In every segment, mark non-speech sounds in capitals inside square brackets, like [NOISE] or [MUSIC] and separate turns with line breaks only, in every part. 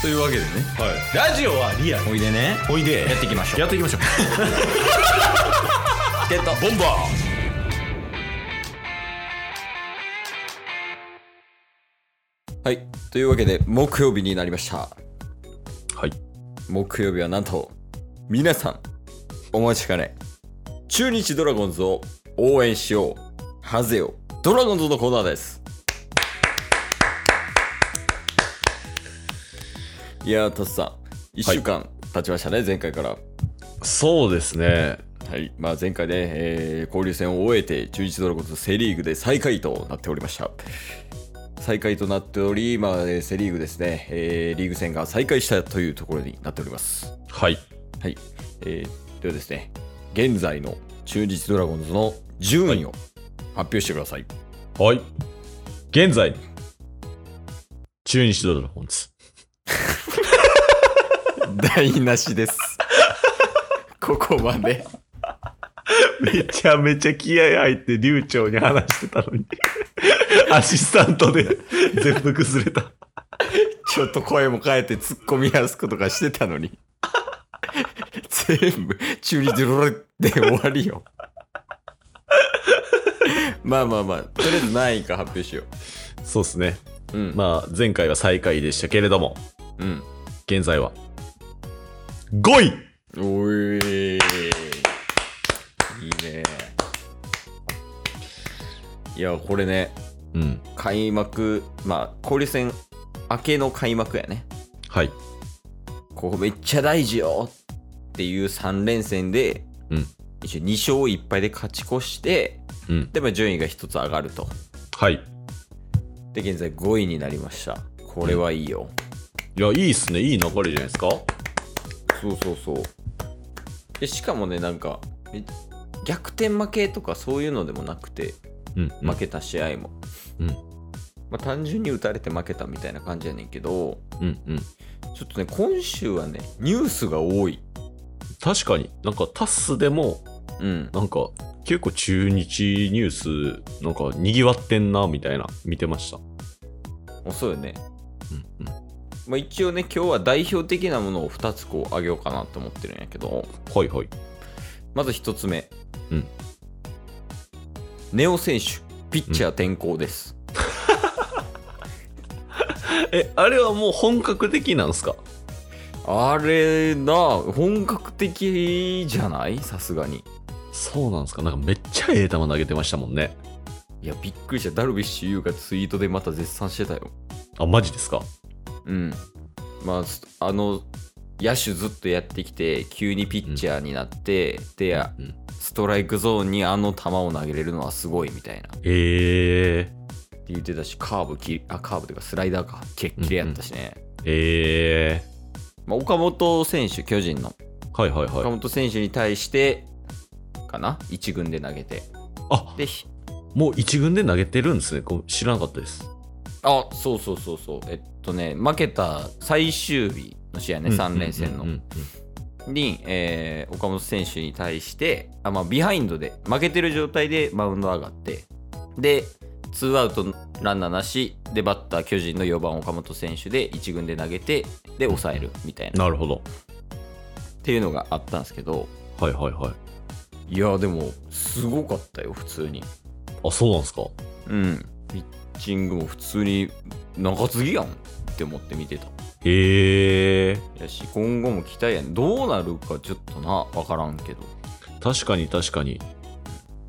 というわけでね
はい、ラジオはリアル
おいでね
おいで
やっていきましょう
やっていきましょう
ってた
ボンバ
はいというわけで木曜日になりました
ーはい
木曜日はなんと皆さんお待ちかね中日ドラゴンズを応援しようハゼよドラゴンズのコーナーですいやートスさん1週間経ちましたね、前回から
そうですね
はいまあ、前回ね、えー交流戦を終えて中日ドラゴンズセ・リーグで最下位となっておりました最下位となっており、まあえーセ・リーグですね、えーリーグ戦が再開したというところになっております
はい
はい、えーではですね現在の中日ドラゴンズの順位を発表してください
はい現在中日ドラゴンズ
台無しですここまで
めちゃめちゃ気合入って流暢に話してたのにアシスタントで全部崩れた
ちょっと声も変えて突っ込みやすくとかしてたのに。全部、中立ロロで終わりよ。まあまあまあ、とりあえず何位か発表しよ
そうですね
う。うん。あ、
まあ前回は最下位でしたけれども
うん。
現在は5位
おい。いいね。いや、これね、
うん
開幕、まあ、交流戦明けの開幕やね。
はい
ここめっちゃ大事よっていう3連戦で、
うん
一応2勝1敗で勝ち越して、
うん
で、まあ順位が1つ上がると。
はい
で、現在5位になりました。これはいいよ。
いやいいっすねいい流れじゃないですか
そうそうそう。で、しかもね、なんか、め逆転負けとかそういうのでもなくて、
うん
負けた試合も。
うん
まあ、単純に打たれて負けたみたいな感じやねんけど、
うんうん
ちょっとね、今週はね、ニュースが多い。
確かになんかタスでも
うん。
なんか結構中日ニュースなんかにぎわってんなみたいな見てました
もうそうよね。
うんうん
まあ、一応ね今日は代表的なものを2つこう挙げようかなと思ってるんやけど
はいはい
まず1つ目、
うん
ネオ選手ピッチャー転向です、
えあれはもう本格的なんすか
あれな本格的じゃないさすがに
そうなんですかなんかめっちゃええ球投げてましたもんね
いやびっくりしたダルビッシュ有がツイートでまた絶賛してたよ
あマジですか
うんまあすあの野手ずっとやってきて急にピッチャーになって、で
うん
ストライクゾーンにあの球を投げれるのはすごいみたいな
ええ
って言ってたし、カーブき、あ、カーブというかスライダーか、キレッキレやったしね。
ええ
まあ、岡本選手、巨人の。
はいはい
岡
はい
本選手に対して、かな ?1 軍で投げて。
あ
で、ひ
もう一軍で投げてるんですねこう知らなかったです
あ、そうそうそうそう。えっとね、負けた最終日の試合ね、3連戦
うんうん
の。
うんうん
に、えー岡本選手に対して、あ、まあ、ビハインドで、負けてる状態でマウンド上がって、で、ツーアウトランナーなし、で、バッター巨人の4番岡本選手で1軍で投げて、で、抑えるみたいな。
なるほど
っていうのがあったんですけど
はいはいはい
いやでもすごかったよ普通に
あそうなんですか
うんピッチングも普通に中継ぎやんって思って見てた
ええ
やし今後も期待やんどうなるかちょっとな分からんけど
確かに確かに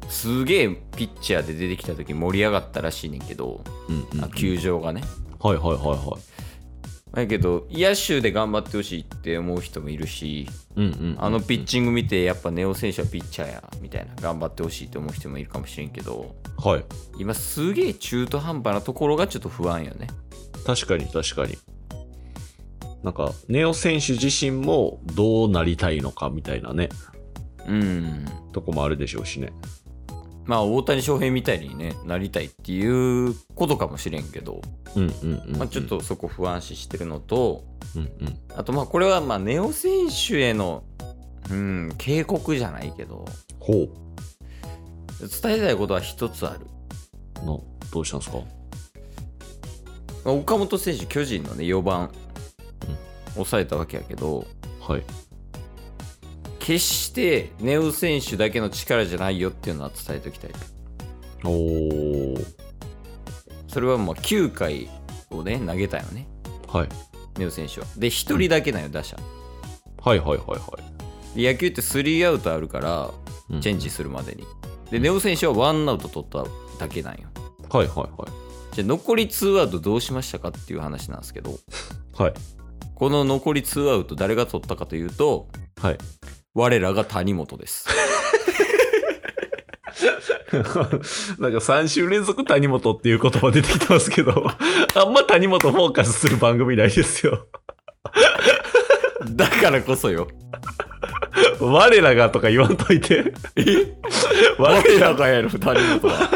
すげえピッチャーで出てきた時盛り上がったらしいねんけど、
うんうん
あ球場がね
はいはいはいはい
やけど野手で頑張ってほしいって思う人もいるし
うんうん
あのピッチング見てやっぱネオ選手はピッチャーやみたいな頑張ってほしいって思う人もいるかもしれんけど
はい
今すげえ中途半端なところがちょっと不安よね
確かに確かになんかネオ選手自身もどうなりたいのかみたいなね
うん
とこもあるでしょうしね
まあ大谷翔平みたいに、ね、なりたいっていうことかもしれんけど、
うんうんうん、うん
まあ、ちょっとそこ不安視してるのと、
うんうん
あとまあこれはまあネオ選手への、うん、警告じゃないけど
ほう
伝えたいことは一つある、
などうしたんですか
まあ岡本選手巨人のね4番抑えたわけやけど
はい。
決してネウ選手だけの力じゃないよっていうのは伝えておきたい
おー。
それはもう9回をね投げたよね
はい。
ネウ選手はで1人だけなんよ打者
はいはいはいはい。
で野球って3アウトあるから
うん
チェンジするまでにでネオ選手は1アウト取っただけなんよ
はいはい
じゃあ残り2アウトどうしましたかっていう話なんですけど
はい。はい。
この残り2アウト誰が取ったかというと
はい。
我らが谷本です
[LAUGHS] なんか3週連続谷本っていう言葉出てきてますけど、あんま谷本フォーカスする番組ないです [LAUGHS] よ。
だからこそよ
我らがとか言わんといて。
え
我らが、
がやろ谷本は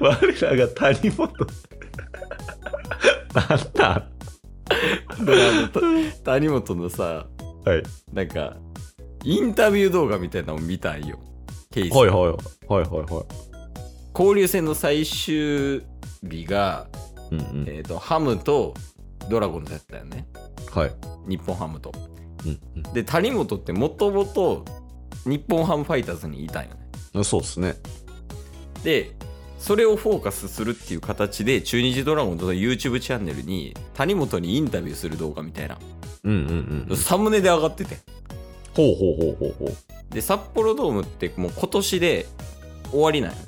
我らが谷本。なんだ
[LAUGHS] 谷本のさ
はい。
なんかインタビュー動画みたいなのを見たんよケイス
はいはいはい。はいはいはい。
交流戦の最終日が、
うんうん。
えー、とハムとドラゴンズだったよね
はい。
日本ハムと
うん
で谷本ってもともと日本ハムファイターズにいたんよね
うん。そうですね。
でそれをフォーカスするっていう形で中日ドラゴンズの YouTube チャンネルに谷本にインタビューする動画みたいな
うんうんうん。
サムネで上がってて
ほうほうほうほうほう。
で札幌ドームってもう今年で終わりなんよね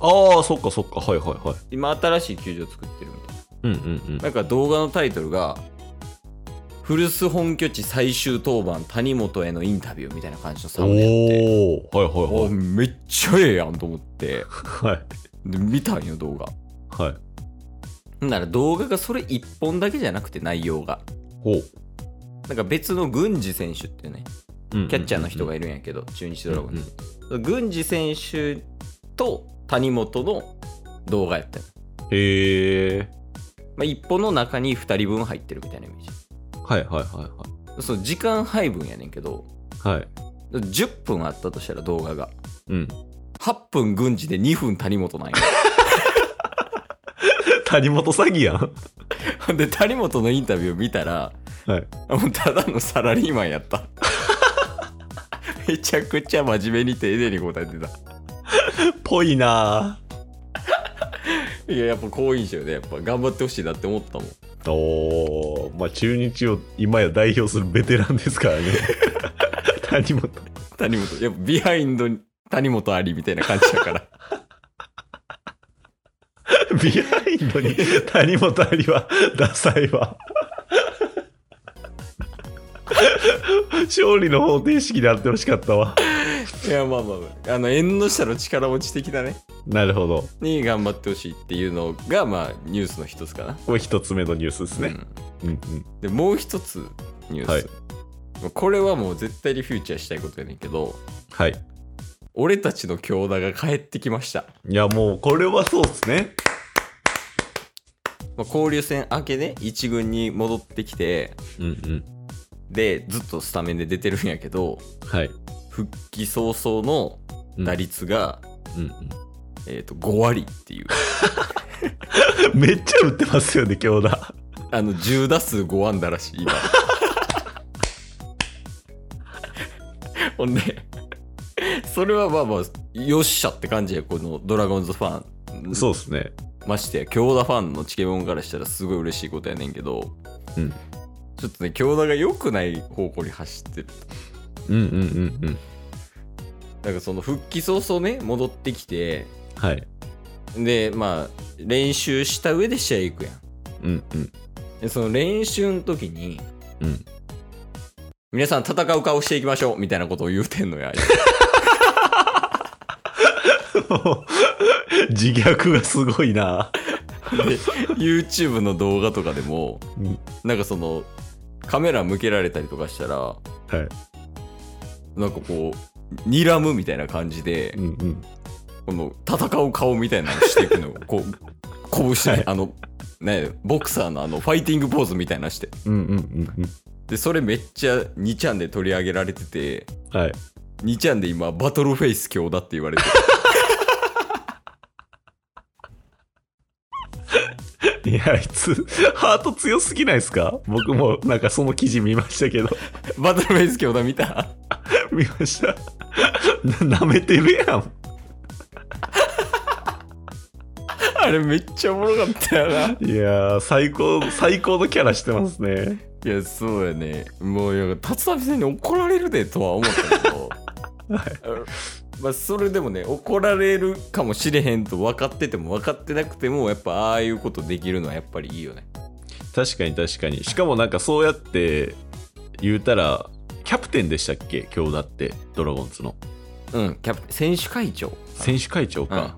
ああ、そっかそっか。はいはいはい。
今新しい球場作ってるみたい
うんうん
ななんか動画のタイトルが古巣本拠地最終登板谷本へのインタビューみたいな感じのサ
お
ムネやって
おはいはい
おめっちゃええやんと思って
はい。
で見たんよ動画
はい。はい。
ほんなら動画がそれ1本だけじゃなくて内容が
ほう。
なんか別の郡司選手っていうね
キャ
キャッチャーの人が
い
いるんやけど、中日ドラゴンズ、郡司選手と谷本の動画やったよ、
へえ。
まあ、1本の中に2人分入ってるみたいなイメージ
はいはいは
そう時間配分やねんけど
いはい。はい。
10分あったとしたら動画が
うん。
8分郡司で2分谷本なん
谷本詐欺やん。
や [LAUGHS] で谷本のインタビュー見たら
はい。
もうただのサラリーマンやった [LAUGHS] めちゃくちゃ真面目に丁寧に答えてた
ぽいなぁ。
いややっぱ好印象でやっぱ頑張ってほしいなって思ったもん
おーまあ中日を今や代表するベテランですからね。谷本。
谷本やっぱビハインドに谷本ありみたいな感じだから
ビハインドに谷本ありはダサいわ。勝利の方程式であってほしかったわ。
[LAUGHS] いやまあまあまああの縁の下の力持ち的なね
なるほど。
に頑張ってほしいっていうのがまあニュースの一つかな、
これ一つ目のニュースですね。うん
う
うん。
んでもう一つニュース、
はい
これはもう絶対にフューチャーしたいことやねんけど
はい。
俺たちの京田が帰ってきました、
いやもうこれはそうですね。
まあ、交流戦明けね一軍に戻ってきて
うんうん。
でずっとスタメンで出てるんやけど
はい。
復帰早々の打率が、
うんうん。
えー、と5割っていう
めっちゃ打ってますよね、京田。
あの10打数5安打らしい今 [LAUGHS] ほんでそれはまあまあよっしゃって感じやこのドラゴンズファン
そうですね。
ましてや京田ファンのチケボンからしたらすごい嬉しいことやねんけど、
うん
ちょっとね京田が良くない方向に走ってる
うんうんうんうん。
なんかその復帰早々ね戻ってきて
はい。
でまあ練習した上で試合行くやん
うんうん。
でその練習の時に
うん。
皆さん戦う顔していきましょうみたいなことを言うてんのや。
[LAUGHS] 自虐がすごいな。
で YouTube の動画とかでも
うん
なんかそのカメラ向けられたりとかしたら
は
なんかこう睨むみたいな感じで
い。うんうん。
この戦う顔みたいなのしてい
[LAUGHS]
くのをこう拳
は
で
い
あのねボクサーのあのファイティングポーズみたいなのして
うんうんうん
でそれめっちゃ2ちゃんで取り上げられてて
うん。はい。
2ちゃんで今バトルフェイス強だって言われてる
いいや、あいつ、ハート強すぎないですか僕もなんかその記事見ましたけど、
バトルフェイス兄弟見た
見ました。な舐めてるやん。
あれめっちゃおもろかったよな。
いやー、最高、最高のキャラしてますね。
いや、そうやね。もう、なんか立浪さんに怒られるでと [LAUGHS] は思ったけど。あのまあ、それでもね、怒られるかもしれへんと分かってても分かってなくても、やっぱああいうことできるのはやっぱりいいよね。
確かに確かに。しかもなんかそうやって言うたら、キャプテンでしたっけ今日だって、ドラゴンズの。
うん、キャプテン、選手会長。
選手会長か。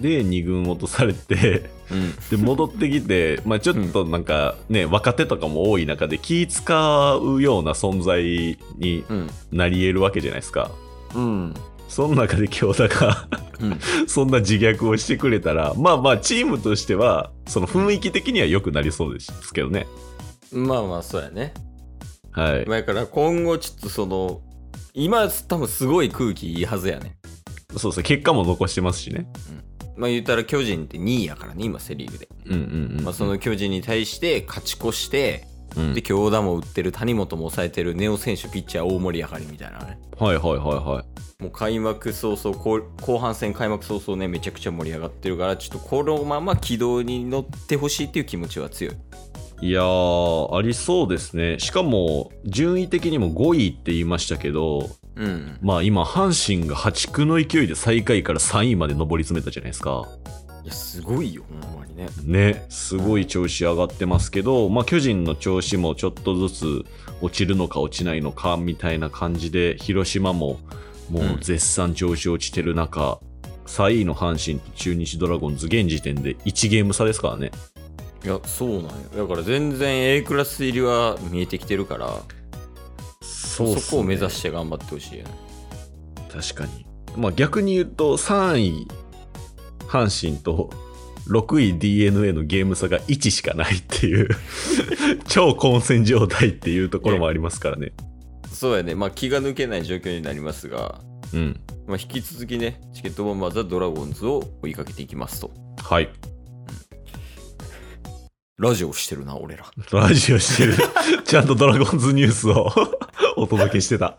で、2軍落とされて、
うん。
で、戻ってきて、まあちょっとなんかね、若手とかも多い中で気使うような存在に
うん。
なり得るわけじゃないですか。
うん。
その中で京田が [LAUGHS]
うん。
そんな自虐をしてくれたら、まあまあチームとしては、その雰囲気的には良くなりそうですけどね。
まあまあ、そうやね。
はい。
だから今後ちょっとその、今多分すごい空気いいはずやね。
そうですね。結果も残してますしね。
まあ言ったら巨人って2位やからね、今セリーグで。
うんうんうん。
まあその巨人に対して勝ち越して、
うん、
で、京田も打ってる、谷本も抑えてる、ネオ選手、ピッチャー大盛り上がりみたいなね。
はいはいはいは
もう開幕早々こう後半戦開幕早々ね、めちゃくちゃ盛り上がってるから、ちょっとこのまま軌道に乗ってほしいっていう気持ちは強い。
い。いやー、ありそうですね。しかも、順位的にも5位って言いましたけど、
うん。
まあ今、阪神が8区の勢いで最下位から3位まで上り詰めたじゃないですか。
いや、すごいよ、ほんまにね。
ね、すごい調子上がってますけど、まあ巨人の調子もちょっとずつ落ちるのか落ちないのかみたいな感じで、広島ももう絶賛調子落ちてる中、3位の阪神と中日ドラゴンズ、現時点で1ゲーム差ですからね。
いや、そうなんよ。だから全然 A クラス入りは見えてきてるから、
そ
そこを目指して頑張ってほしいよね。
確かに。まあ逆に言うと3位阪神と6位 d n a のゲーム差が1しかないっていう超混戦状態っていうところもありますからね。
そうやね。まあ気が抜けない状況になりますが、
うん。
まあ、引き続きね、チケットボンバーザ・ドラゴンズを追いかけていきますと。
はい。
ラジオしてるな、俺ら。
ラジオしてる。ちゃんとドラゴンズニュースを [LAUGHS] お届けしてた。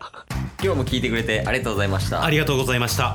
今日も聞いてくれてありがとうございました
あ。りがとうございました